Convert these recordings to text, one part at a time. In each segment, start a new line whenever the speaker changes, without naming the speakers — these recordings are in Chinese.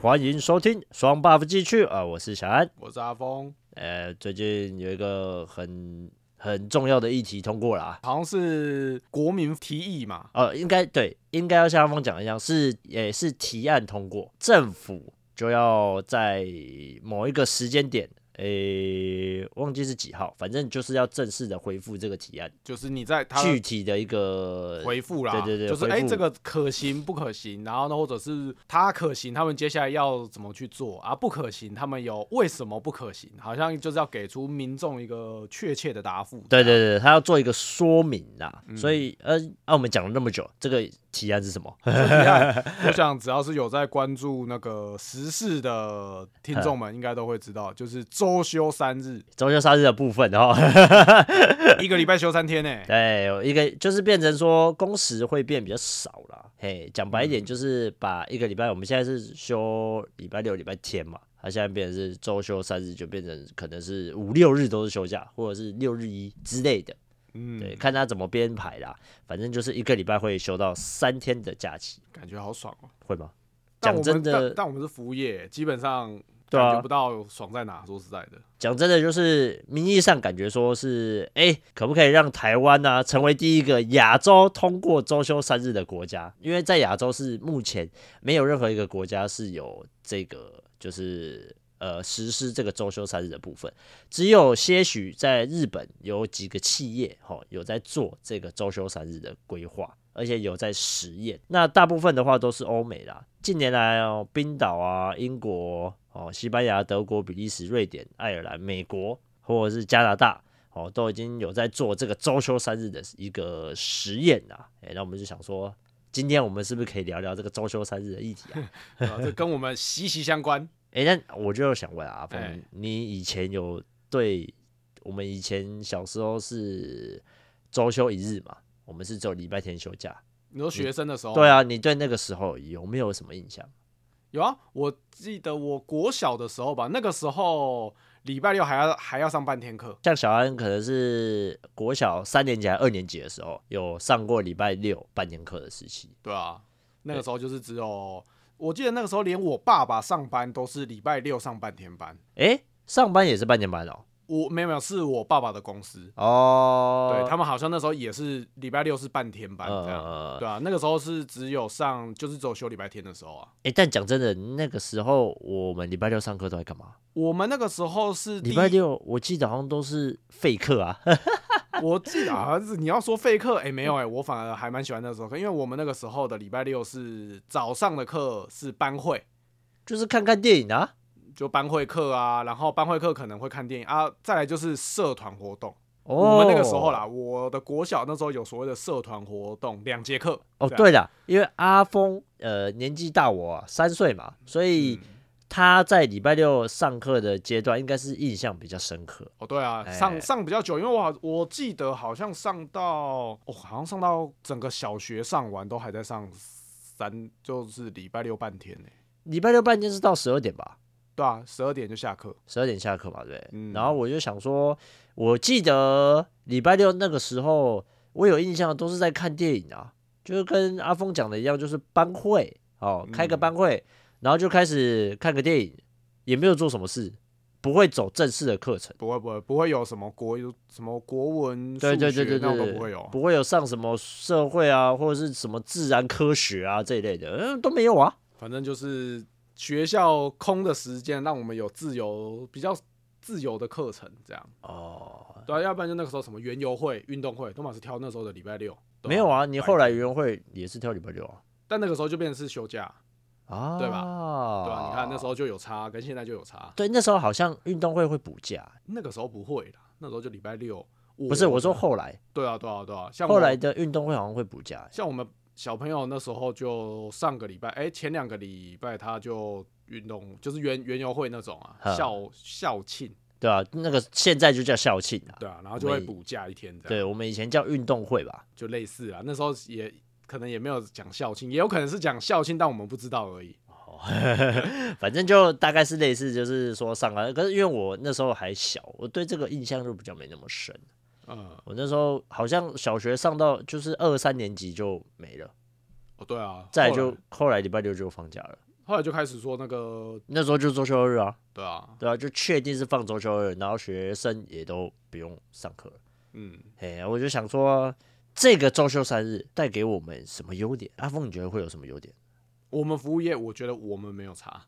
欢迎收听双 buff 继续啊、我是小安。
我是阿峰，
呃，最近有一个很很重要的议题通过了啊，
好像是国民提议嘛，
呃，应该对，应该要像阿峰讲的一样，是也是提案通过，政府就要在某一个时间点，诶、忘记是几号，反正就是要正式的回复这个提案，
就是你在他
具体的一个
回复啦，
对对对
就是
回
哎、
复
这个可行不可行，然后呢，或者是他可行，他们接下来要怎么去做啊？不可行，他们有为什么不可行？好像就是要给出民众一个确切的答复。
对
这
对
样，嗯
对，他要做一个说明啦，所以呃，啊，我们讲了那么久，这个提案是什么？
我想只要是有在关注那个时事的听 众们，应该都会知道，就是周休三日，
周休三日的部分，哦然后
一个礼拜休三天呢、
对，哎有一个就是变成说工时会变比较少啦。嘿，讲白一
嗯
点，就是把一个礼拜，我们现在是休礼拜六、礼拜天嘛，它现在变成是周休三日，就变成可能是五六日都是休假，或者是六日一之类的。对，
嗯，
看他怎么编排啦。反正就是一个礼拜会休到三天的假期，
感觉好爽哦、
会吗？
但
讲
我
真
们
的
但，但我们是服务业，基本上
对
感
啊
觉不到爽在哪。说实在 的，
讲真的，就是名义上感觉说是，哎、可不可以让台湾呢、成为第一个亚洲通过周休三日的国家？因为在亚洲是目前没有任何一个国家是有这个，就是呃实施这个周休三日的部分，只有些许在日本有几个企业哈、吼有在做这个周休三日的规划。而且有在实验，那大部分的话都是欧美啦。近年来哦，冰岛啊、英国哦、西班牙、德国、比利时、瑞典、爱尔兰、美国或者是加拿大哦，都已经有在做这个周休三日的一个实验啦。诶、那我们就想说，今天我们是不是可以聊聊这个周休三日的议题啊？
对吧这跟我们息息相关。
哎、那我就想问啊阿峰，
哎
你以前有对我们以前小时候是周休一日嘛？我们是只有礼拜天休假。
你说学生的时候，
对，啊，你对那个时候有没有什么印象？
有啊，我记得我国小的时候吧，那个时候礼拜六还要还要上半天课，
像小安可能是国小三年级还二年级的时候，有上过礼拜六半天课的时期。
对啊，那个
对
时候就是只有，我记得那个时候连我爸爸上班都是礼拜六上半天班，
诶，上班也是半天班哦。
我没有没有是我爸爸的公司，
哦，
对他们好像那时候也是礼拜六是半天班这样，
呃，
对啊，那个时候是只有上就是只有休礼拜天的时候啊。
诶，但讲真的，那个时候我们礼拜六上课都在干嘛？
我们那个时候是第
礼
一
拜，六我记得好像都是废课啊。
我记得好像是你要说废课，哎、没有哎、我反而还蛮喜欢那时候课，因为我们那个时候的礼拜六是早上的课是班会，
就是看看电影啊。
就班会课啊，然后班会课可能会看电影啊，再来就是社团活动。
哦，
我们那个时候。啦，我的国小那时候有所谓的社团活动，两节课。啊
哦，
这样
对，了，因为阿峰呃年纪大我、啊、三岁嘛，所以
嗯
他在礼拜六上课的阶段应该是印象比较深刻。
哦对啊，
哎
上上比较久，因为我好我记得好像上到哦，好像上到整个小学上完都还在上三，就是礼拜六半天呢、
礼拜六半天是到十二点吧，
对啊，十二点就下课。
十二点下课嘛，对不对。
嗯
然后我就想说，我记得礼拜六那个时候，我有印象都是在看电影啊，就是跟阿峰讲的一样，就是班会哦，开个
嗯
班会，然后就开始看个电影，也没有做什么事，不会走正式的课程。
不会不会不会有什么国什么国文
对对
数
对对
学那种
对，
都不会有，啊
不会有上什么社会啊，或者是什么自然科学啊这一类的，嗯，都没有啊。
反正就是学校空的时间，让我们有自由比较自由的课程这样。
哦，
对啊，要不然就那个时候什么园游会、运动会，都嘛是挑那时候的礼拜六。对
没有，啊，你
白
后来
天
园游会也是跳礼拜六啊，
但那个时候就变成是休假，
啊，
对吧对吧、你看那时
候，
候就有差，跟现在就有差。
对，那时候好像运动会会补假，
那个时候不会啦，那时候就礼拜六。
不是我说，后来，
对啊，对啊，对啊，像我
后来的运动会好像会补假，
像我们小朋友那时候就上个礼拜，哎、前两个礼拜他就运动，就是园园游会那种啊，
嗯
校校庆，
对啊，那个现在就叫校庆啊，
对啊，然后就会
没
补假一天这样，
对我们以前叫运动会吧，
就类似啊，那时候也可能也没有讲校庆，也有可能是讲校庆，但我们不知道而已。
反正就大概是类似，就是说上来，可是因为我那时候还小，我对这个印象就比较没那么深。
嗯，
我那时候好像小学上到就是二三年级就没了，
哦，对啊，
再来
后
就后来礼拜六就放假了。
后后来就开始说那个，
那时候就是周休二日啊，
对啊，
对啊，就确定是放周休二日，然后学生也都不用上课了。
嗯，
哎，我就想说，这个周休三日带给我们什么优点？阿峰，你觉得会有什么优 点？
我们服务业，我觉得我们没有差，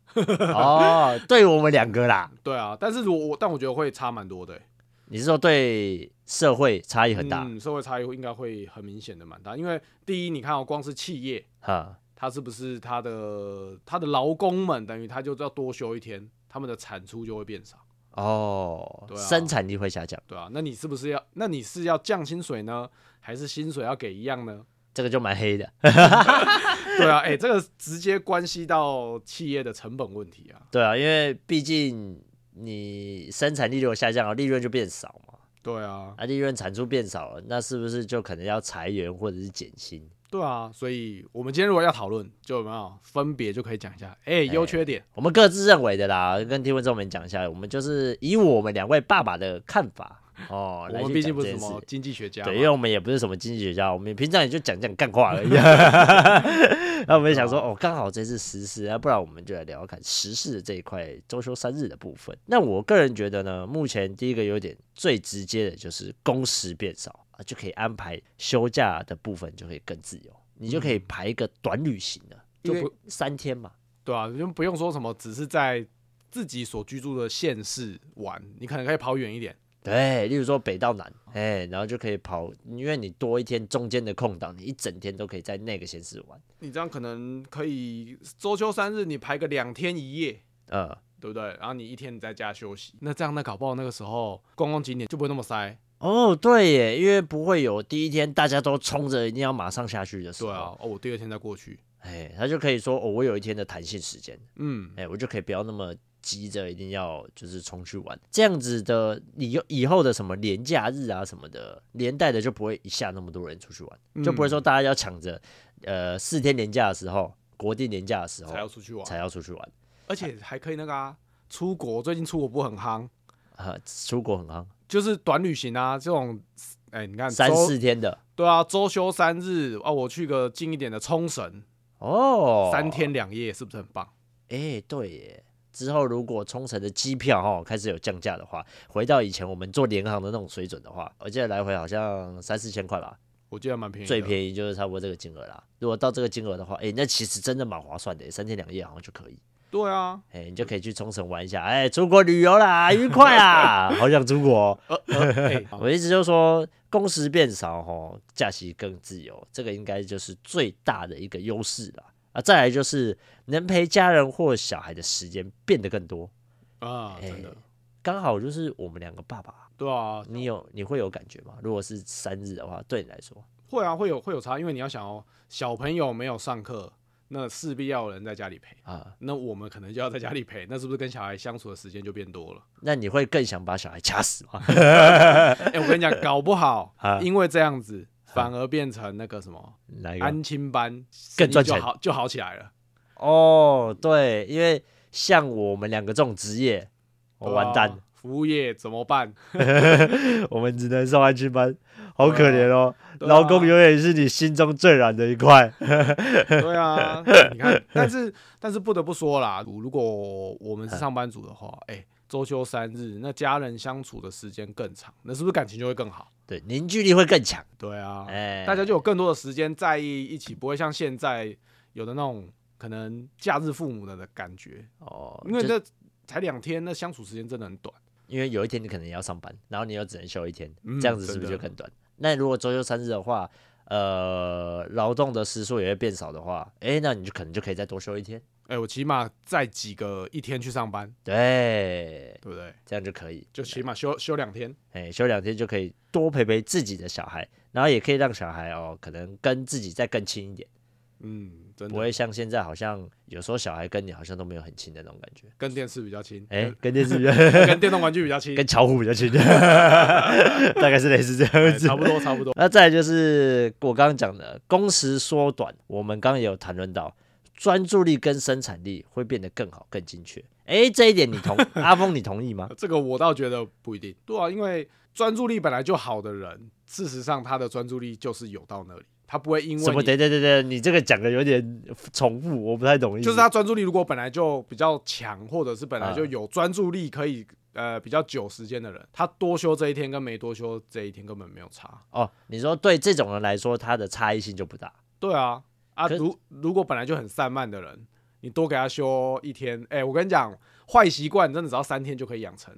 哦，对我们两个啦，
对啊，但是如果我，但我觉得会差蛮多的、欸，
你是说对社会差异很大？
嗯，社会差异应该会很明显的蛮大，因为第一，你看哦，光是企业，
哈、
它是不是它的它的劳工们，等于他就要多休一天，他们的产出就会变少，
哦，
对啊
生产力会下降，
对啊，那你是不是要，那你是要降薪水呢，还是薪水要给一 样呢？
这个就蛮黑的。
对啊，哎、这个直接关系到企业的成本问题啊，
对啊，因为毕竟你生产力如果下降了，利润就变少嘛，
对啊，
啊，利润产出变少了，那是不是就可能要裁员或者是减薪？
对啊，所以我们今天如果要讨论，就有没有分别就可以讲一下，哎、优缺点，
我们各自认为的啦，跟听众朋友们讲一下，我们就是以我们两位爸爸的看法哦，
我
来
们
去
毕竟
讲
不
这
是什
件
么
事
经济学家嘛，
对，因为我们也不是什么经济学家，我们平常也就讲讲干话 而已。 那我们就想说，
啊
哦，刚好这次时事啊，不然我们就来聊聊看时事这一块周休三日的部分。那我个人觉得呢，目前第一个优点最直接的就是工时变少啊，就可以安排休假的部分就可以更自由，你就可
嗯
以排一个短旅行了，
就
就
不
不三天嘛。
对啊，就不用说什么，只是在自己所居住的县市玩，你可能可以跑远一点。
对，例如说北到南，哎，然后就可以跑，因为你多一天中间的空档，你一整天都可以在那个县市玩。
你这样可能可以周休三日，你排个两天一夜，
呃，
对不对？然后你一天你在家休息，那这样那搞不好那个时候观光景点就不会那么塞。
哦，对耶，因为不会有第一天大家都冲着一定要马上下去的时
对
候，
啊，哦，我第二天再过去，
哎，他就可以说哦，我有一天的弹性时间，
嗯，
哎，我就可以不要那么急着一定要就是冲去玩，这样子的以后以后的什么连假日啊什么的，连带的就不会一下那么多人出去玩，
嗯
就不会说大家要抢着呃四天连假的时候，国定连假的时候
才要出去玩，
才要出去玩
而且还可以那个啊，出国最近出国不很夯，
啊，出国很夯，
就是短旅行啊这种，哎、你看
三
周
四天的
对啊，周休三日啊，我去个近一点的冲绳，
哦，
三天两夜是不是很棒？
哎、对耶。之后如果冲绳的机票哈开始有降价的话，回到以前我们做联航的那种水准的话，我记得来回好像三四千块吧，
我记得蛮便宜的，
最便宜就是差不多这个金额啦。如果到这个金额的话，哎、那其实真的蛮划算的耶，三天两夜好像就可以。
对啊，
哎、你就可以去冲绳玩一下，哎、出国旅游啦，愉快啊！好想出国哦、
呃呃， 哎好
我的意思就是说，工时变少吼，假期更自由，这个应该就是最大的一个优势啦。啊，再来就是能陪家人或小孩的时间变得更多。
啊，真的
哎，刚好就是我们两个爸爸，
对啊，
你有你会有感觉吗？如果是三日的话，对你来说，
会啊，会有会有差，因为你要想哦，小朋友没有上课，那势必要有人在家里陪，
啊，
那我们可能就要在家里陪，那是不是跟小孩相处的时间就变多了？
那你会更想把小孩掐死吗？
哎，我跟你讲，搞不好
啊
因为这样子，反而变成那个什么
来一个
安亲班，
更赚
生
钱
意就好就好起来了。
哦，对，因为像我们两个这种职业，我、
对啊
完蛋，，
服务业怎么办？
我们只能上安全班，好可怜哦。
对啊
劳工永远是你心中最软的一块。
对啊，你看，但是但是不得不说啦，如如果我
啊
们是上班族的话，哎、周休三日，那家人相处的时间更长，那是不是感情就会更好？
对，凝聚力会更强。
对啊，
哎，
大家就有更多的时间在意一起，不会像现在有的那种可能假日父母的的感觉，
哦，
因为
就
这才两天，那相处时间真的很短。
因为有一天你可能要上班，然后你又只能休一天，
嗯
这样子是不是就更短？那如果周休三日的话，呃，劳动的时数也会变少的话，哎，那你就可能就可以再多休一天，
哎、我起码再几个一天去上班，
对，
对不对？
这样就可以，
就起码休休两天。
哎，休两天就可以多陪陪自己的小孩，然后也可以让小孩哦，可能跟自己再更亲一点，
嗯，真
不
的
会像现在好像有时候小孩跟你好像都没有很亲的那种感觉，
跟电视比较亲，
哎，跟电视比 较，
跟电动玩具比 较亲，哎
跟巧虎比较亲，大概是类似这样
哎
子
差。不多差不多。
那再来就是我刚刚讲的工时缩短，我们刚刚也有谈论到，专注力跟生产力会变得更好、更精确。诶，这一点你 同阿峰，你同意吗？
这个我倒觉得不一定。对啊，因为专注力本来就好的人，事实上他的专注力就是有到那里，他不会因为
什么？
你
对对对对，你这个讲的有点重复，我不太懂意思。
就是他专注力如果本来就比较强，或者是本
嗯
来就有专注力可以呃比较久时间的人，他多休这一天跟没多休这一天根本没有差。
哦，你说对这种人来说，他的差异性就不大。
对啊，啊，
可
如如果本来就很散漫的人，你多给他休一天，哎、我跟你讲，坏习惯真的只要三天就可以养 成。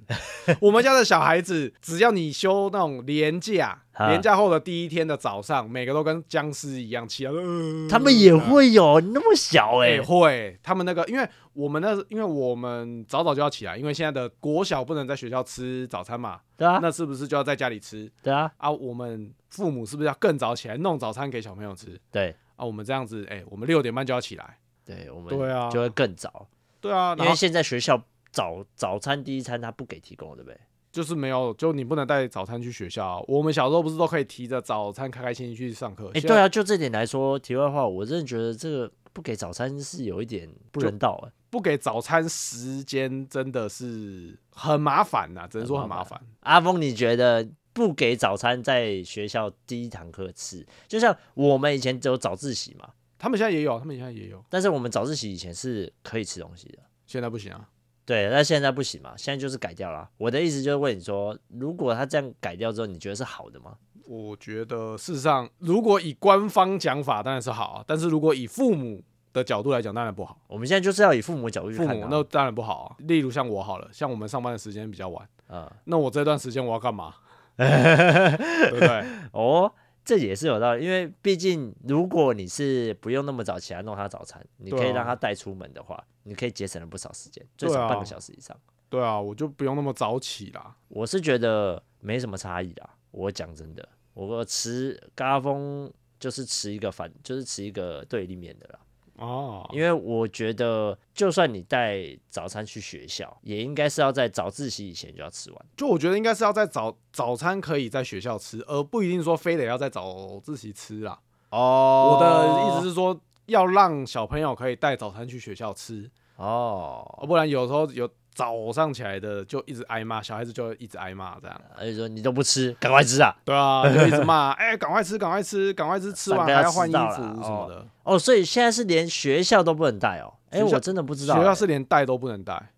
我们家的小孩子，只要你休那种连假，
啊
连假后的第一天的早上，每个都跟僵尸一样起来，呃
他们也会有你那么小哎、
也会，他们那个，因为我们那，因为我们早早就要起来，因为现在的国小不能在学校吃早餐嘛，
对啊，
那是不是就要在家里吃
对啊，
啊？我们父母是不是要更早起来弄早餐给小朋友吃
对
啊？我们这样子，哎、我们六点半就要起来，
对，我们
对啊
就会更早，
对啊，
因
然
为
后
现在学校早早餐第一餐他不给提供，对不对？
就是没有，就你不能带早餐去学校啊、我们小时候不是都可以提着早餐开开心心去上课？
哎、
现
对
在
啊，就这点来说，题外话，我真的觉得这个不给早餐是有一点不人道哎、
不给早餐时间真的是很麻烦呐、只能说很麻烦。
阿峰，你觉得不给早餐在学校第一堂课吃，就像我们以前只有早自习嘛，
他们现在也有，他们现在也有，
但是我们早自习以前是可以吃东西的。
现在不行啊。
对，那现在不行嘛，现在就是改掉了。我的意思就是问你说，如果他这样改掉之后，你觉得是好的吗？
我觉得，事实上，如果以官方讲法当然是好、啊，但是如果以父母的角度来讲，当然不好。
我们现在就是要以父母角度去
父
看
母
啊、
那当然不好、啊。例如像我好了，像我们上班的时间比较晚，
嗯，
那我这段时间我要 干嘛？对不对？
哦，这也是有道理，因为毕竟如果你是不用那么早起来弄他早餐，你
对
可以
啊
让他带出门的话，你可以节省了不少时间，最
对
少
啊
半个小时以上。
对啊，我就不用那么早起啦。
我是觉得没什么差异啦。我讲真的，我持嘎风就是持一个反，就是持一个对立面的啦。
哦，
因为我觉得，就算你带早餐去学校，也应该是要在早自习以前就要吃完。
就我觉得应该是要在早早餐可以在学校吃，而不一定说非得要在早自习吃啦。
哦
我的意思是说，要让小朋友可以带早餐去学校吃，
哦，
哦，不然有时候有早上起来的就一直挨骂，小孩子就一直挨骂这样。
而且说你都不吃，赶快吃啊！
对啊，就一直骂， 哎、赶快吃，赶快吃，赶快吃，吃完
上
还
课要
要换
迟
衣
到
服
啦
什么 的。
哦，所以现在是连学校都不能带哦。哎、
学校
我真的不知道、
学校
欸。
是连带都不能带，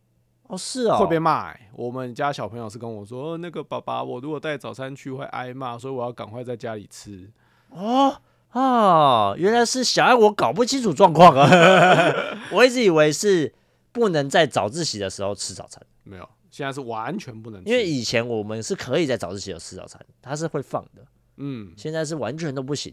哦，是哦，
会被骂、哎我们家小朋友是跟我说，呃那个爸爸，我如果带早餐去会挨骂，所以我要赶快在家里吃。
哦哦，原来是小爱，我搞不清楚状况啊。 我一直以为是不能在早自习的时候吃早餐，
没有，现在是完全不能吃。
因为以前我们是可以在早自习的时候吃早餐，它是会放的。
嗯，
现在是完全都不行，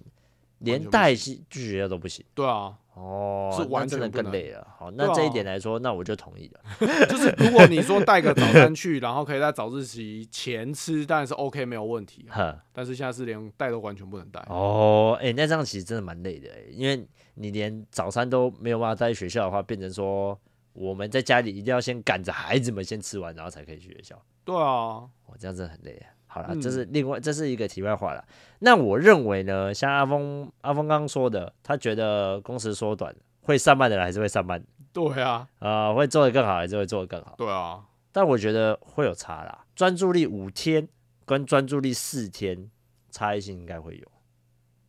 全
连
不
带去去学校都不行。
对啊，
哦，
是
那
完
真的
全不
更
能
累了。好，
对
那
啊
这一点来说，那我就同意了。
就是如果你说带个早餐去，然后可以在早自习前吃，当然是 OK 没有问题 啊。
呵，
但是现在是连带都完全不能带。
哦，哎、那这样其实真的蛮累的、欸，因为你连早餐都没有办法带去学校的话，变成说我们在家里一定要先赶着孩子们先吃完，然后才可以去学校。
对啊，
我这样真的很累啊。好啦，
嗯
这是另外这是一个题外话啦。那我认为呢，像阿峰阿峰刚刚说的，他觉得工时缩短，会上班的人还是会上班，
对啊，
啊，会做得更好还是会做得更好。
对啊，
但我觉得会有差啦，专注力五天跟专注力四天差异性应该会有。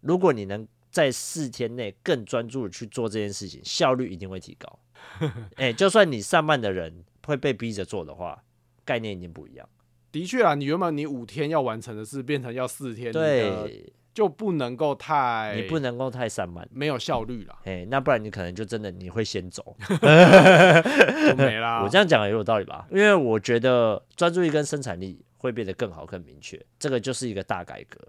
如果你能在四天内更专注的去做这件事情，效率一定会提 高。哎、就算你上班的人会被逼着做的话，概念已经不一样。
的确啊，你原本你五天要完成的事，变成要四天，你的哎
对，
就不能够太
你不能够太散漫。
没有效率 啦，
哎、那不然你可能就真的你会先 走。
就没啦。
我这样讲也有道理吧？因为我觉得专注力跟生产力会变得更好、更明确，这个就是一个大改革。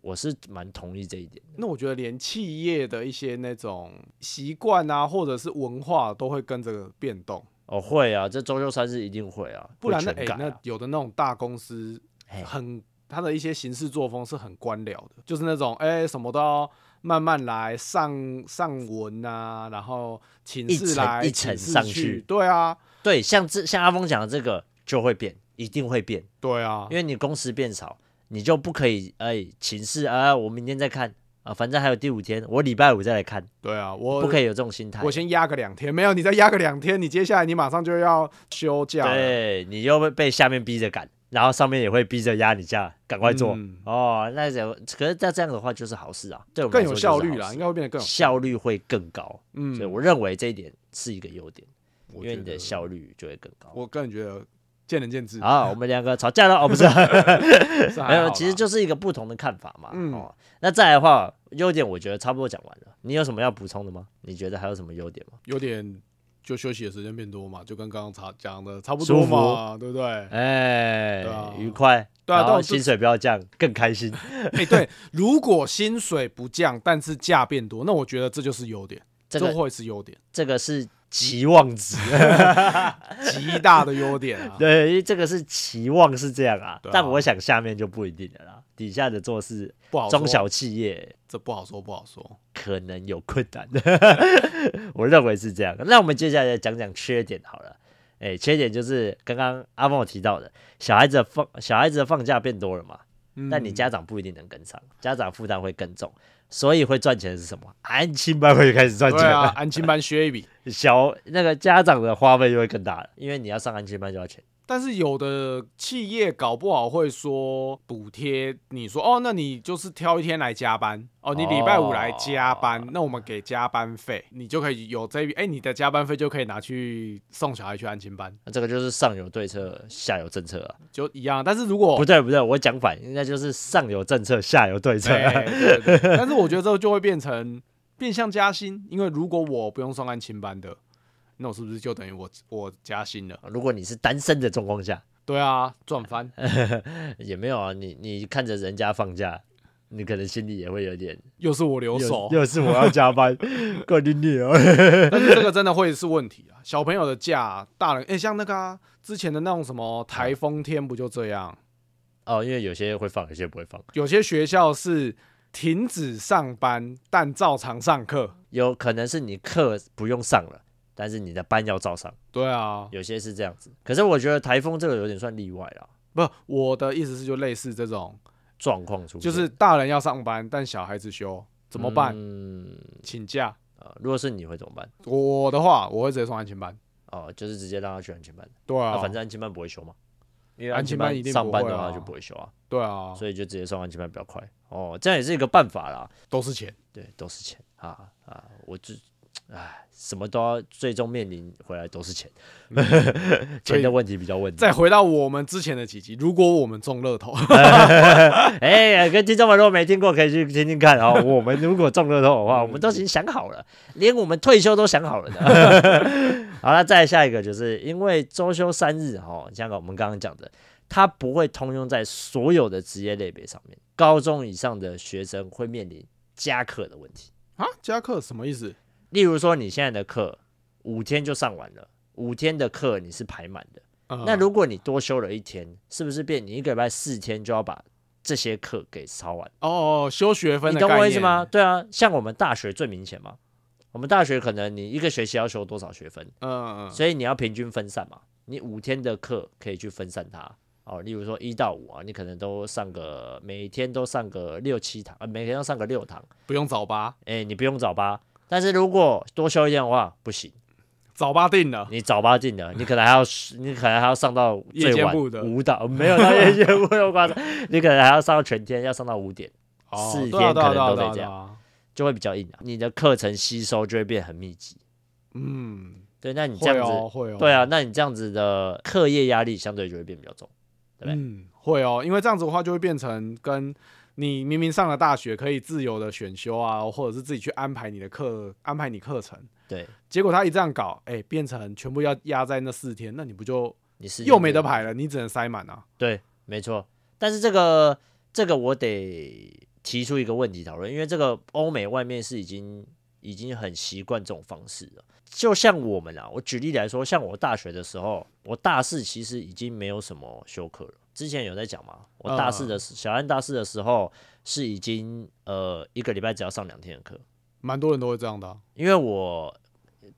我是蛮同意这一点。
那我觉得连企业的一些那种习惯啊，或者是文化都会跟着变动，
哦，会啊，这周休三日一定会啊，
不然
会
那
全
哎、
改啊、
那有的那种大公司
哎
很它的一些行事作风是很官僚的，就是那种哎、什么都要慢慢来，上上文啊，然后请
一
示
层
来
一
请
层
示
上去
去，对啊，
对，像这像阿峰讲的这个就会变，一定会变，
对啊
因，为你工时变少，你就不可以哎，请示啊，我明天再看啊，反正还有第五天，我礼拜五再来看，
对啊，我
不可以有这种心态
我。先压个两天，没有你再压个两天，你接下来你马上就要休假了。
对你又会被下面逼着赶，然后上面也会逼着压你价，赶快做、
嗯
哦。那这可是那这样的话就是好事啊，对我们
更
来说
有
就是
效率啦，
好事
应该会变得更有
效率会更高。所以
嗯，
我认为这一点是一个优点，因
我
为
觉
你的
得，
效率就会更高。
我个人觉得见仁见智，
好，我们两个吵架了哦，不 是，
是
没
还
有，
好
其实
啦
就是一个不同的看法嘛。
嗯
哦，那再来的话，优点我觉得差不多讲完了。你有什么要补充的吗？你觉得还有什么优点吗？
有点就休息的时间变多嘛，就跟刚刚差讲的差不
舒
多
服
嘛，对不对？
哎、
对啊
愉快，
对啊
然
但
后
我就
薪水不要降，更开 心。
哎，对，如果薪水不降，但是价变多，那我觉得这就是优点，
这
这
个
会是优点，
这个是期望 值，。
极大的优点啊
对，因为这个是期望是这样啊，
对啊
但我想下面就不一定了啦。底下的做事，
不好说
中小企业
这不好说，不好说。
可能有困难， 我认为是这样。那我们接下来讲讲缺点好了。哎，缺点就是刚刚阿峰有提到的，小孩子的放小孩子的放假变多了嘛，但你
嗯
家长不一定能跟上，家长负担会更重，所以会赚钱的是什么？安亲班会开始赚钱
对
了，
啊， 安亲班削一笔，
小那个家长的花费就会更大了，因为你要上安亲班就要钱。
但是有的企业搞不好会说补贴，你说哦，那你就是挑一天来加班哦，你礼拜五来加班，那我们给加班费，你就可以有这一笔，哎、你的加班费就可以拿去送小孩去安亲班，
那啊这个就是上有对策，下有政策啊。
就一样。但是如果
不对不对，我讲反，应该就是上有政策，下有对策。
对哎对对对但是我觉得这就会变成变相加薪，因为如果我不用送安亲班的，那我是不是就等于我我加薪了？
如果你是单身的状况下，
对啊，赚翻。
也没有啊，你你看着人家放假，你可能心里也会有点，
又是我留守
又，又是我要加 班，够你女儿。
但是这个真的会是问题啊！小朋友的假，大人哎、像那个、啊、之前的那种什么台风天不就这样？
哦，因为有些会放，有些不会放，
有些学校是停止上班，但照常上课。
有可能是你课不用上了，但是你的班要照上，
对啊，
有些是这样子。可是我觉得台风这个有点算例外啦，
不，我的意思是就类似这种，
状况出
就
现
是大人要上班，但小孩子休，怎么办？
嗯，
请假。
啊、如果是你会怎么办？
我的话，我会直接送安全班。
哦，就是直接让他去安全班。
对啊，
啊，反正安亲班不会休嘛，因为
安
亲
亲班一定
上
不
班
会
的话
啊
就不会休啊，
对啊，
所以就直接送安亲班比较快。哦，这样也是一个办法啦。
都是钱。
对，都是钱啊啊！我就唉，什么都要最终面临回来都是钱，钱的问题比较问题。
再回到我们之前的几集，如果我们中乐透，
哎、跟听众们如果没听过，可以去听听看啊、我们如果中乐透的话，我们都已经想好了，连我们退休都想好了的。 好了，再下一个，就是因为周休三日哈，像我们刚刚讲的，它不会通用在所有的职业类别上面。高中以上的学生会面临加课的问题，
啊，加课什么意思？
例如说你现在的课五天就上完了，五天的课你是排满的，
嗯
那如果你多休了一天，是不是变你一个礼拜四天就要把这些课给抄完？
哦，哦修学分
你
的
懂
概
我意思
念
吗？？对啊，像我们大学最明显嘛，我们大学可能你一个学期要修多少学分，
嗯，嗯
所以你要平均分散嘛，你五天的课可以去分散它。哦，例如说一到五啊，你可能都上个每天都上个六七堂，呃，每天要上个六堂，
不用早八，
哎，你不用早八。但是如果多修一天的话，不行，
早八定了，
你早八进的，你可能还要，你可能还要上到
夜
最
间
晚
部的
舞蹈，没有到夜间部那么夸张，你可能还要上到全天，要上到五点。
哦
四
对
天
啊对啊
可能都
对啊
得这
对啊
样
对啊
就会比较硬、啊，你的课程吸收就会变很密集。
嗯，
对，那你这
会
样子，
哦会哦，
对啊，，那你这样子的课业压力相对就会变比较重。对不对
嗯，会哦，因为这样子的话就会变成跟你明明上了大学，可以自由的选修啊，或者是自己去安排你的课，安排你课程。
对，
结果他一这样搞，哎、变成全部要压在那四天，那你不就
你是
又没得。排了？你只能塞满啊。
对，没错。但是这个这个我得提出一个问题讨论，因为这个欧美外面是已经已经很习惯这种方式了。就像我们啊，我举例来说，像我大学的时候，我大四其实已经没有什么修课了。之前有在讲嘛，我大四的时、小安大四的时候是已经呃一个礼拜只要上两天的课，
蛮多人都会这样的啊、
因为我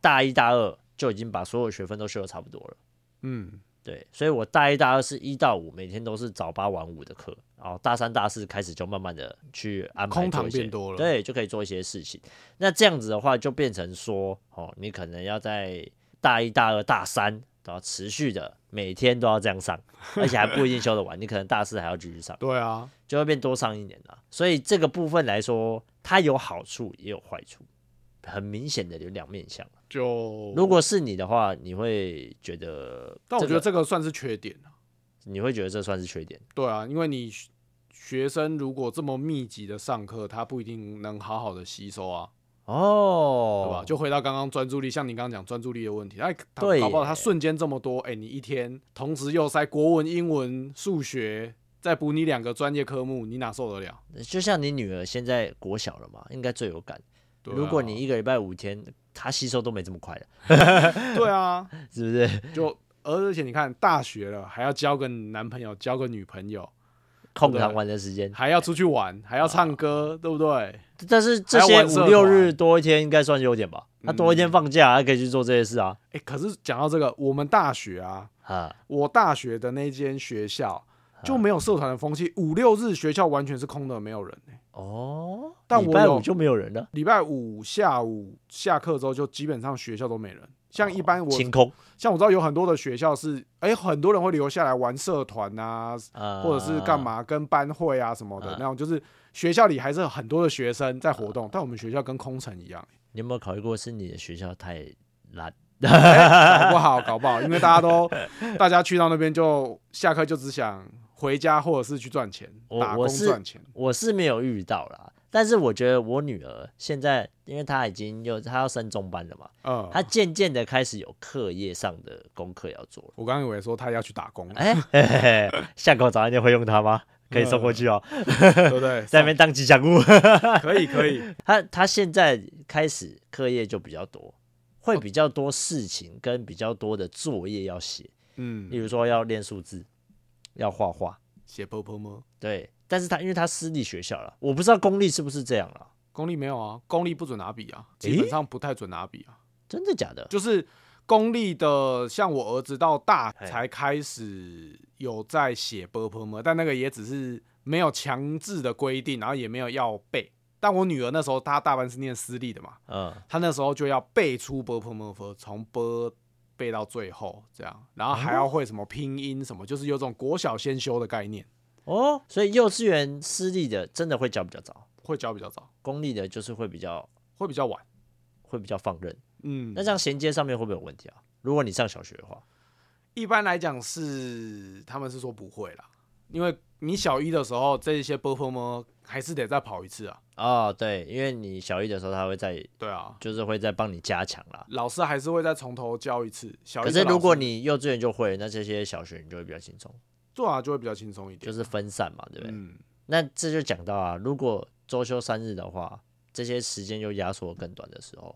大一大二就已经把所有学分都修的差不多了。
嗯，
对，所以我大一、大二是一到五，每天都是早八晚五的课，然后大三、大四开始就慢慢的去安排
空
做
堂
一些
变多了
对，就可以做一些事情。那这样子的话，就变成说，哦，你可能要在大一、大二、大三，然后持续的每天都要这样上，而且还不一定修得完，你可能大四还要继续上，
对啊，
就会变多上一年了。所以这个部分来说，它有好处也有坏处，很明显的有两面相。
就
如果是你的话，你会觉得，
但我觉得
这
这个算是缺点啊
个你会觉得这算是缺点。
对啊，因为你学学生如果这么密集的上课，他不一定能好好的吸收啊，
哦，
对吧？就回到刚刚专注力，像你刚刚讲专注力的问题，哎，他
对
搞不好
耶
他瞬间这么多，哎，你一天同时又塞国文、英文、数学，再补你两个专业科目，你哪受得了？
就像你女儿现在国小了嘛，应该最有感。
对啊
如果你一个礼拜五天，她吸收都没这么快了，
对啊，
是不是？
就而且你看大学了，还要交个男朋友，交个女朋友，
空
啊
堂玩的时间，
还要出去玩，还要
啊
唱歌，对不对？
但是这
还要
些
玩社
五
团
六日多一天应该算优点吧？她
嗯
多一天放假，她可以去做这些事啊。
哎，可是讲到这个，我们大学啊，
啊，
我大学的那间学校
嗯
就没有社团的风气，五六日学校完全是空的，没有人、欸。
哦，
但我
礼拜
有
五就没有人了，
礼拜五下午下课之后，就基本上学校都没人。像一般我、
哦清空，
像我知道有很多的学校是，哎、很多人会留下来玩社团啊，
啊，
或者是干？嘛跟班会啊什么的、
啊
那种，就是学校里还是有很多的学生在活动，但我们学校跟空城一 样、
你有没有考虑过是你的学校太烂？
欸搞不好搞不好，因为大家都 大家去到那边就下课就只想回家或者是去赚钱，
我
打
我
工
是
赚钱。
我是没有遇到啦，但是我觉得我女儿现在，因为她已经又她要升中班了嘛，
嗯，
她渐渐的开始有课业上的功课要做了。
我刚以为说他要去打工，
哎、嘿嘿嘿，巷口早餐店会用它吗？可以送过去哦，
对不对？
在那边当吉祥物。
可以可以，
她 她现在开始课业就比较多，会比较多事情跟比较多的作业要写， 例
嗯，
如说要练数字，要画画，
写婆婆吗？
对。但是她因为她私立学校了，我不知道公立是不是这样了，
公立没有啊，公立不准拿笔啊，
诶
基本上不太准拿笔啊，
真的假的？
就是。公立的，像我儿子到大
嘿
才开始有在写 b p m，但那个也只是没有强制的规定，然后也没有要背。但我女儿那时候她大班是念私立的嘛，
嗯，
她那时候就要背出 b p m f，从 b 背到最后这样，然后
哦
还要会什么拼音什么，就是有种国小先修的概念，
哦，所以幼稚园私立的真的会教比较早，
会教比较早，
公立的就是会比较
会比较晚。
会比较放任。
嗯，
那这样衔接上面会不会有问题啊？如果你上小学的话，
一般来讲是他们是说不会啦，因为你小一的时候这一些波波么还是得再跑一次啊。
哦，对，因为你小一的时候他会在，
对啊，
就是会在帮你加强啦。
老师还是会再从头教一次。小一
可
的
是如果
老师
你幼稚园就会，那这些小学你就会比较轻松，
做啊，就会比较轻松一点。
就是分散嘛，对不对？
嗯，
那这就讲到啊，如果周休三日的话，这些时间又压缩更短的时候，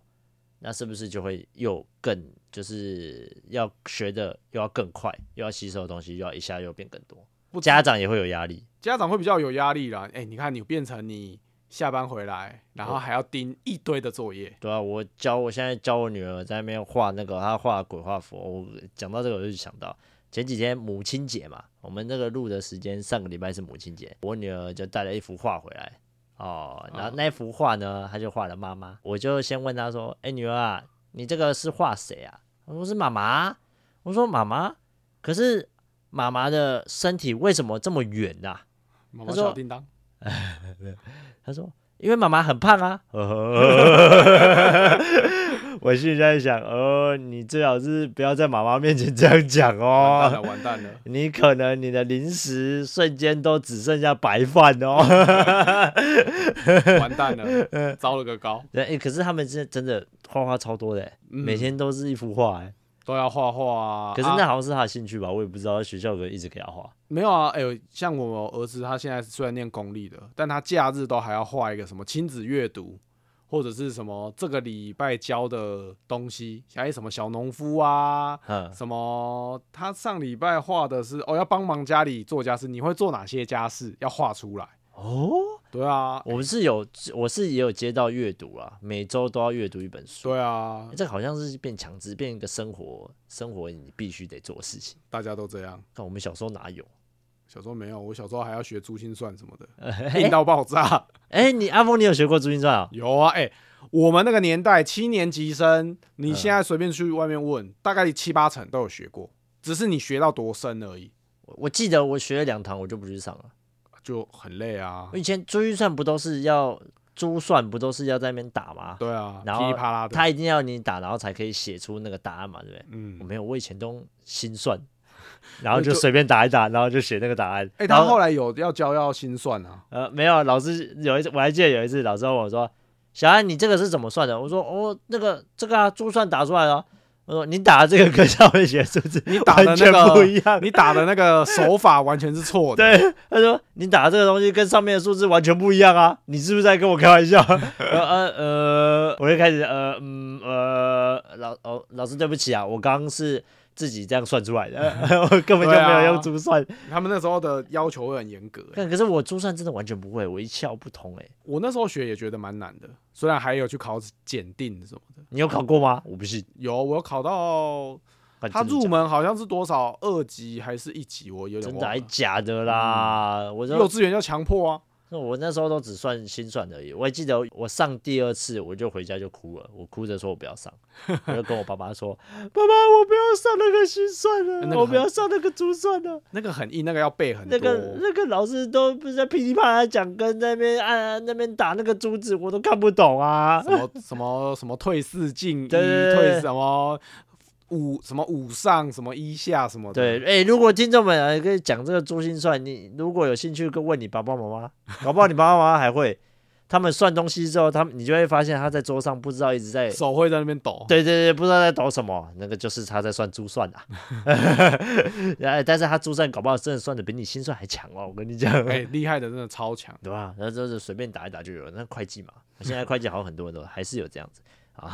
那是不是就会又更就是要学的又要更快，又要吸收的东西又要一下又变更多？
不止
家长也会有压力，
家长会比较有压力啦。哎、你看你变成你下班回来，然
哦
后还要盯一堆的作业。
对啊，我教我现在教我女儿在那边画那个，她画鬼画符。我讲到这个我就想到前几天母亲节嘛，我们那个录的时间上个礼拜是母亲节，我女儿就带了一幅画回来。哦，然后那幅画呢，她就画了妈妈。我就先问她说：“哎、女儿啊，你这个是画谁啊？”她说：“是妈妈啊。”我说：“妈妈，可是妈妈的身体为什么这么啊圆呐、
妈
他
妈
说
小叮当，
他说：“因为妈妈很胖啊。” 我心里在想：“哦，你最好是不要在妈妈面前这样讲
完蛋了，
哦，
完 蛋了。
你可能你的零食瞬间都只剩下白饭哦。
完蛋了，糟了个高，
对”哎、可是他们真真的画画超多的、欸每天都是一幅画、哎，
都要画画啊。
可是
啊
那好像是他的兴趣吧，我也不知道。学校可以一直给他画，
没有啊，哎、呦，像我儿子，他现在虽然念公立的，但他假日都还要画一个什么亲子阅读，或者是什么这个礼拜教的东西，还有什么小农夫啊，
嗯，
什么他上礼拜画的是哦，要帮忙家里做家事，你会做哪些家事？要画出来。
哦，
对啊，
我们是有，我是也有接到阅读啊，每周都要阅读一本书。
对啊，
这个好像是变强制，变一个生活生活你必须得做的事情。
大家都这样。
看我们小时候哪 有？
小时候没有，我小时候还要学珠心算什么 的，硬到爆炸。
哎、你阿峰，你有学过珠心算啊？
有啊，哎、我们那个年代七年级生，你现在随便去外面问，大概七八成都有学过。只是你学到多深而已，
我我记得我学了两堂，我就不去上了。
就很累啊
我。以前珠预算不都是要珠算不都是要在那边打吗？
对啊，噼
然后
里啪啦的。
他一定要你打，然后才可以写出那个答案嘛，对不对？我
嗯，
没有，我以前都用心算，然后
就
就随便打一打，然后就写那个答案。
哎、
然
他后来有要教要心算啊，
呃，没有，老师有一次我还记得有一次，老师问我说：“小安，你这个是怎么算的？”我说：“哦，那个这个啊，珠算打出来了。”我说：“你打的这个跟上面写的数字
你打的
完
那
全
个
不一样。
你打的那个手法完全是错的。
对，他说：“你打的这个东西跟上面的数字完全不一样啊！ 你是不是在跟我开玩笑？” 呃呃呃，我就开始呃嗯呃老哦老师对不起啊，我刚刚是自己这样算出来的， 我根本就
对啊
没有用珠算。
他们那时候的要求会很严格、欸
但可是我珠算真的完全不会，我一窍不通哎、
我那时候学也觉得蛮难的，虽然还有去考检定什么的。
你有考过吗？我不信。
有，我有考到
啊
他
真的
入
假的
门好像是多少二级还是一级，我有点
真的
忘
还
了。
假的啦？我
幼
就
稚园要强迫啊，
我那时候都只算心算而已。我还记得我上第二次我就回家就哭了，我哭着说我不要 上，我就跟我爸爸说：“爸爸，我不要上那个心算了，
哎那个
我不
很
要上那个珠算了，
那个很硬，那个要背很多。哦
那个那个老师都不是在噼里啪啦讲，跟在那边按那边打那个珠子，我都看不懂 啊。”
什么什么什么退四进一，
对对对
退什么五什么五上什么一下什么的。
对，哎、如果听众们呃可以讲这个珠心算，你如果有兴趣，跟问你爸爸妈妈，搞不好你爸爸妈妈还会，他们算东西之后，他们你就会发现他在桌上不知道一直在，
手会在那边抖。
对对对，不知道在抖什么，那个就是他在算珠算啊。 哎，但是他珠算搞不好真的算的比你心算还强哦，我跟你讲，
哎、厉害的真的超强。
对吧？然后就是随便打一打就有，那会计嘛，现在会计好像很多人都还是有这样子。 啊，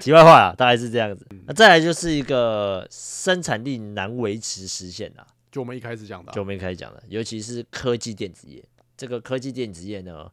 题外话啊，大概是这样子。那再来就是一个生产力难维持实现啊。
就我们一开始讲的啊、
就我们一开始讲的，尤其是科技电子业，这个科技电子业呢，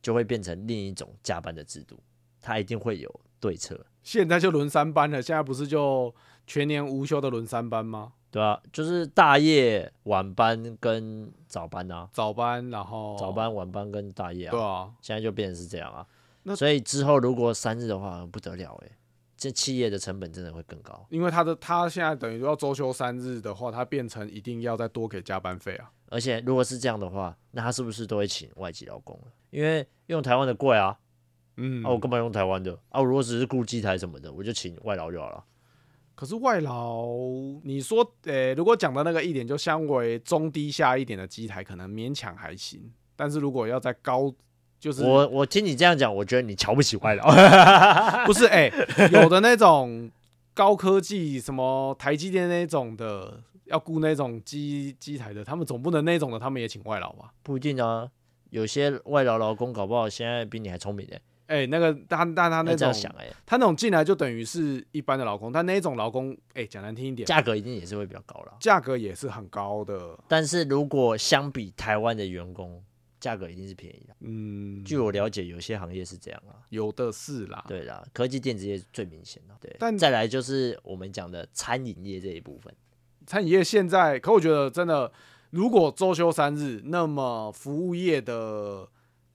就会变成另一种加班的制度，它一定会有对策，
现在就轮三班了，现在不是就全年无休的轮三班吗？
对啊，就是大夜晚班跟早班啊，
早班，然后
早，班、晚班跟大夜
哦对
啊，
啊，
现在就变成是这样啊。
那
所以之后如果三日的话，不得了诶、欸这企业的成本真的会更高，
因为他的他现在等于要周休三日的话，他变成一定要再多给加班费啊。
而且如果是这样的话，那他是不是都会请外籍劳工了？因为用台湾的贵啊，
嗯，
啊我干嘛用台湾的啊？我如果只是雇机台什么的，我就请外劳就好了。
可是外劳，你说，呃、如果讲的那个一点，就相为中低下一点的机台，可能勉强还行。但是如果要在高，就是
我我听你这样讲，我觉得你瞧不起外劳。
不是哎、有的那种高科技，什么台积电那种的，要雇那种机机台的，他们总不能那种的，他们也请外劳吧？
不一定啊，有些外劳劳工搞不好现在比你还聪明呢、
哎、那个他但他
那
那
这
种
样想哎、
他那种进来就等于是一般的劳工，但那种劳工，哎、讲难听一点，
价格一定也是会比较高啦。
价格也是很高的。
但是如果相比台湾的员工，价格一定是便宜的。
嗯，
据我了解，有些行业是这样啊。
有的是啦。
对啦，科技电子业最明显的。对，
但
再来就是我们讲的餐饮业这一部分，
餐饮业现在，可我觉得真的，如果周休三日，那么服务业的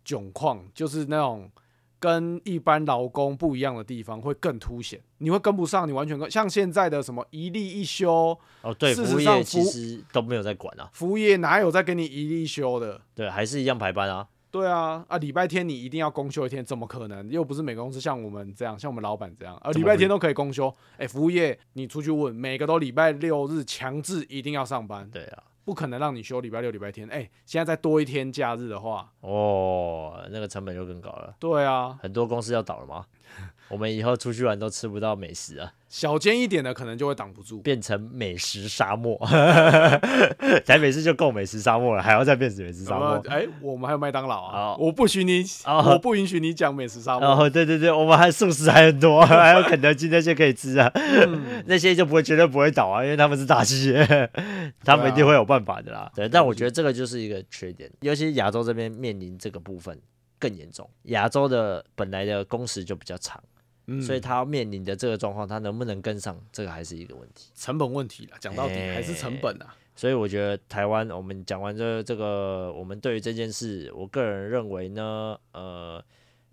窘况就是那种跟一般劳工不一样的地方会更凸显，你会跟不上，你完全跟像现在的什么一例一休，
哦，对，
事实
服务业
上
其
服
实都没有在管啊，
服务业哪有在给你一例一休的？
对，还是一样排班啊。
对啊，啊，礼拜天你一定要公休一天，怎么可能？又不是每个公司像我们这样，像我们老板这样，啊，
怎么
礼
会
拜天都可以公休。哎、服务业你出去问，每个都礼拜六日强制一定要上班，
对啊，
不可能让你休礼拜六、礼拜天。哎、现在再多一天假日的话，
哦，那个成本就更高了。
对啊，
很多公司要倒了 吗？我们以后出去玩都吃不到美食啊，
小间一点的可能就会挡不住。
变成美食沙 漠。台北市就够美食沙漠了，还要再变成美食
什
沙
么
漠？？
哎、我们还有麦当劳啊！
哦
我不许你，
哦
我不允许你讲美食沙漠。
哦，对对对，我们还素食还很 多，还有肯德基那些可以吃啊，那些就不会绝对不会倒啊，因为他们是大企 业，他们一定会有办法的啦。对，但我觉得这个就是一个缺点，尤其是亚洲这边面临这个部分更严重。亚洲的本来的工时就比较长，
嗯，
所以他要面临的这个状况，他能不能跟上，这个还是一个问题。
嗯成本问题啦，讲到底
哎
还是成本啊。
所以我觉得台湾，我们讲完这这个，我们对于这件事，我个人认为呢，呃，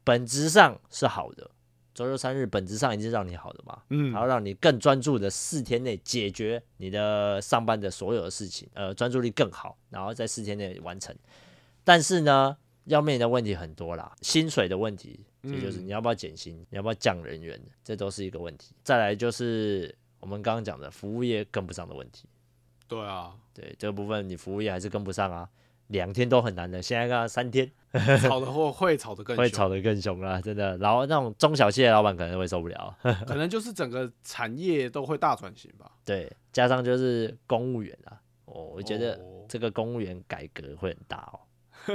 本质上是好的，周休三日本质上已经让你好的嘛，
嗯
还要让你更专注的四天内解决你的上班的所有的事情，呃，专注力更好，然后在四天内完成。但是呢，要面临的问题很多啦，薪水的问题，这就是
嗯
你要不要减薪，你要不要降人员，这都是一个问题。再来就是我们刚刚讲的服务业跟不上的问题，
对啊，
对这个部分你服务业还是跟不上啊，两天都很难的，现在刚刚三天
吵的会会吵得更
会
凶，
吵得更凶啦，真的。然后那种中小企业的老板可能会受不了，
可能就是整个产业都会大转型吧。
对，加上就是公务员啊，哦，我觉得
哦
这个公务员改革会很大 哦。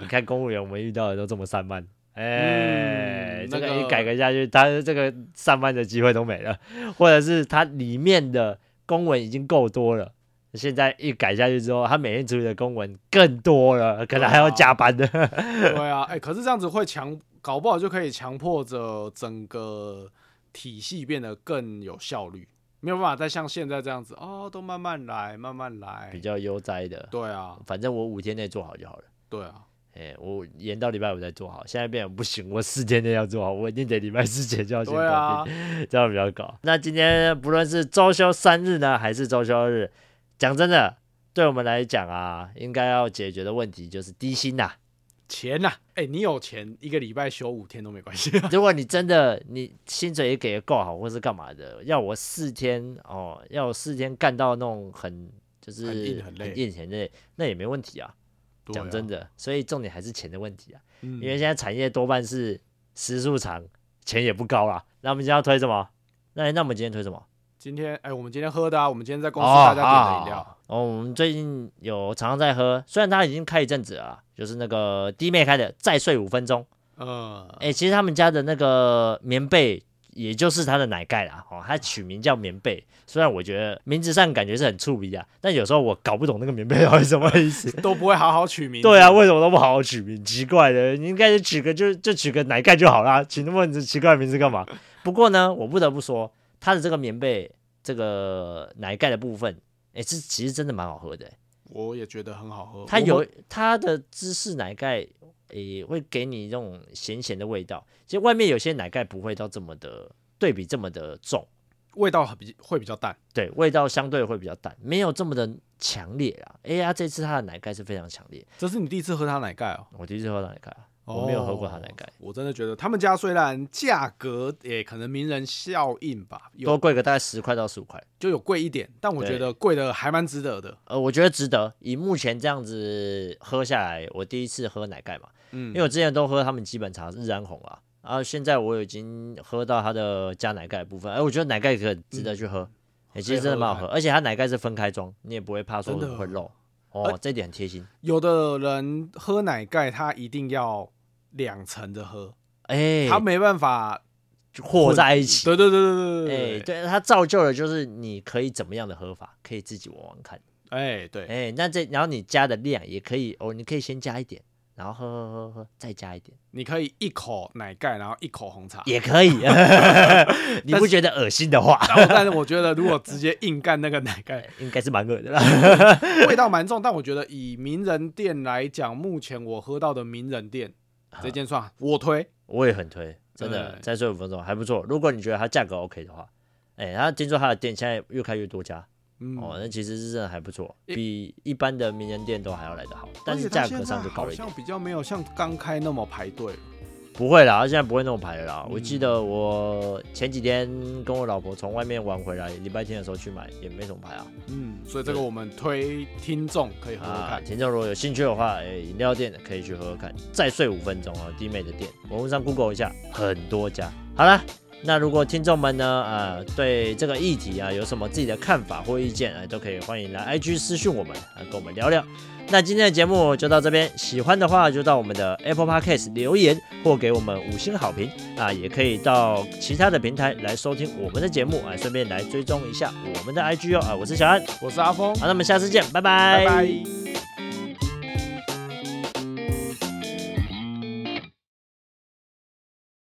你看公务员，我们遇到的都这么散漫，哎、
嗯
这
那
个
个
一改革下去，他这个散漫的机会都没了，或者是他里面的公文已经够多了。现在一改下去之后，他每天处理的公文更多了，可能还要
啊
加班的。
对啊，哎、可是这样子会强，搞不好就可以强迫着整个体系变得更有效率，没有办法再像现在这样子哦，都慢慢来，慢慢来
比。较悠哉的，
哎对啊，
反正我五天内做好就好了。
对啊，
哎、我延到礼拜五再做好，现在变成不行，我四天内要做好，我一定得礼拜四前就要先搞
对
定。
啊，
这样比较高。那今天不论是周休三日呢，还是周休二日，讲真的，对我们来讲啊，应该要解决的问题就是低薪呐、
钱呐、哎、你有钱，一个礼拜休五天都没关系、啊。
如果你真的你薪水也给的够好，或是干嘛的，要我四天哦，要我四天干到那种很就是
很硬很累
硬很累，那也没问题啊。
对
讲真
啊，
的，所以重点还是钱的问题啊，
嗯
因为现在产业多半是时速长，钱也不高啦。那我们今天要推什么？那那我们今天推什么？
今天哎、我们今天喝的啊，我们今天在公司
哦
大家点的饮料，
哦，我们最近有常常在喝，虽然它已经开一阵子了啊，就是那个弟妹开的，再睡五分钟。
嗯，
哎、其实他们家的那个棉被，也就是它的奶盖啦，哦，它取名叫棉被。虽然我觉得名字上感觉是很触鼻啊，但有时候我搞不懂那个棉被到底什么意思。
都不会好好取名字。
对啊，为什么都不好好取名？奇怪的，你应该取个就就取个奶盖就好啦，取那么奇怪的名字干嘛？ 不过呢，我不得不说，它的这个棉被这个奶盖的部分，哎、这其实真的蛮好喝的、
我也觉得很好喝。
它
我
有
们
它的芝士奶盖，也会给你那种咸咸的味道。其实外面有些奶盖不会到这么的对比这么的重，
味道很比会比较淡，
对，味道相对会比较淡，没有这么的强烈啦。哎呀，这次它的奶盖是非常强烈，
这是你第一次喝它奶盖哦。
我第一次喝到奶盖啊，我没有喝过它奶盖，
哦我真的觉得他们家虽然价格也可能名人效应吧，有
多贵个大概十块到十五块。
就有贵一点，但我
对
觉得贵的还蛮值得的。
呃，我觉得值得。以目前这样子喝下来，我第一次喝奶盖嘛，
嗯
因为我之前都喝他们基本茶日安红啊，啊，现在我已经喝到它的加奶盖的部分，哎、我觉得奶盖可值得去喝，
嗯
哎、其实真的蛮好喝，而且它奶盖是分开装，你也不会怕说
真的
会漏，哦，这一点很贴心。
有的人喝奶盖，他一定要两层的喝，
哎、
他没办法。
就和在一起，
对对对对
哎、
对对对，
对，它造就了就是你可以怎么样的喝法，可以自己玩玩看，
哎对，
哎、那这然后你加的量也可以哦，你可以先加一点，然后喝喝喝喝，再加一点
你可以一口奶盖，然后一口红茶。
也 可以，你不觉得恶心的话，
但我但是我觉得，如果直接硬干那个奶盖，
应该是蛮恶的啦。哎
味道蛮重。但我觉得以名人店来讲，目前我喝到的名人店
啊
这间算我推，
我也很推，真的
对
再睡五分钟还不错。如果你觉得它价格 OK 的话，哎、它听说它的店现在越开越多家、
嗯，
哦，那其实是真的还不错，
一
比一般的名人店都还要来得好，但是价格上就高了一点。
好像比较没有像刚开那么排队。
不会啦，它现在不会那么排了啦。
嗯
我记得我前几天跟我老婆从外面玩回来，礼拜天的时候去买也没什么排啊。
嗯，所以这个我们推听众可以喝喝
啊，
看。
听众如果有兴趣的话，哎、饮料店可以去喝喝看。再睡五分钟哦，弟妹的店，网络上 Google 一下，很多家。好啦，那如果听众们呢，啊、对这个议题啊有什么自己的看法或意见啊、都可以欢迎来 IG 私讯我们，啊，跟我们聊聊。那今天的节目就到这边，喜欢的话就到我们的 Apple Podcast 留言或给我们五星好评啊，也可以到其他的平台来收听我们的节目啊，顺便来追踪一下我们的 IG 哦啊，我是小安，
我是阿峰，
好，那我们下次见，拜
拜拜。